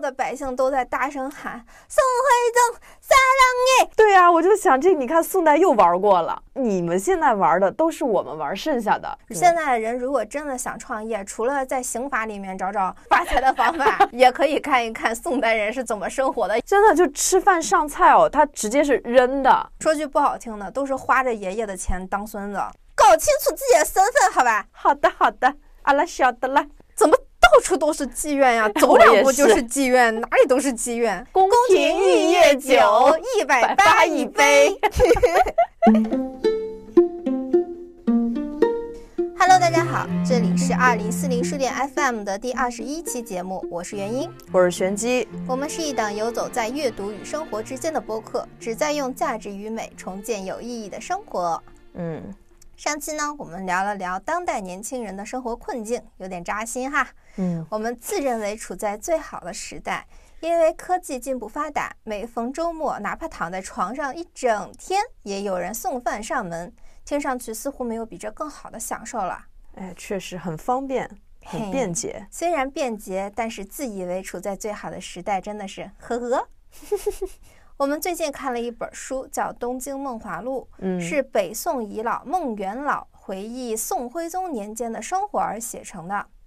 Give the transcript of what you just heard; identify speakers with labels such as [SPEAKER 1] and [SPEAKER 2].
[SPEAKER 1] 的百姓都在大声喊“宋徽宗三
[SPEAKER 2] 对呀、我就想这，你看宋代又玩过了，你们现在玩的都是我们玩剩下的。”。
[SPEAKER 1] 现在的人如果真的想创业，除了在刑法里面找找 发财的方法，也可以看一看宋代人是怎么生活的。
[SPEAKER 2] 真的就吃饭上菜哦，他直接是扔的。
[SPEAKER 1] 说句不好听的，都是花着爷爷的钱当孙子，搞清楚自己的身份，好吧？
[SPEAKER 2] 好的，好的，阿拉晓得了。
[SPEAKER 1] 怎么到处都是妓院呀？走
[SPEAKER 2] 我也
[SPEAKER 1] 两步就是是妓院，哪里都是妓 院。
[SPEAKER 2] 宫
[SPEAKER 1] 宫廷玉液酒，一百八一杯。Hello，大家好，这里是二零四零书店 FM 的第二十一期节目，我是元英。
[SPEAKER 2] 我是玄机，
[SPEAKER 1] 我们是一档游走在阅读与生活之间的播客，旨在用价值与美重建有意义的生活。
[SPEAKER 2] 嗯，
[SPEAKER 1] 上期呢，我们聊了聊当代年轻人的生活困境，有点扎心哈。
[SPEAKER 2] 嗯，
[SPEAKER 1] 我们自认为处在最好的时代，因为科技进步发达，每逢周末，哪怕躺在床上一整天，也有人送饭上门。听上去似乎没有比这更好的享受了。
[SPEAKER 2] 哎，确实很方便，很
[SPEAKER 1] 嘿
[SPEAKER 2] 便捷。
[SPEAKER 1] 虽然便捷，但是自以为处在最好的时代，真的是呵呵。 我们最近看了一本书，叫《东京梦华录》，
[SPEAKER 2] 嗯，
[SPEAKER 1] 是北宋遗老孟元老回忆宋徽宗年间的生活而写成的。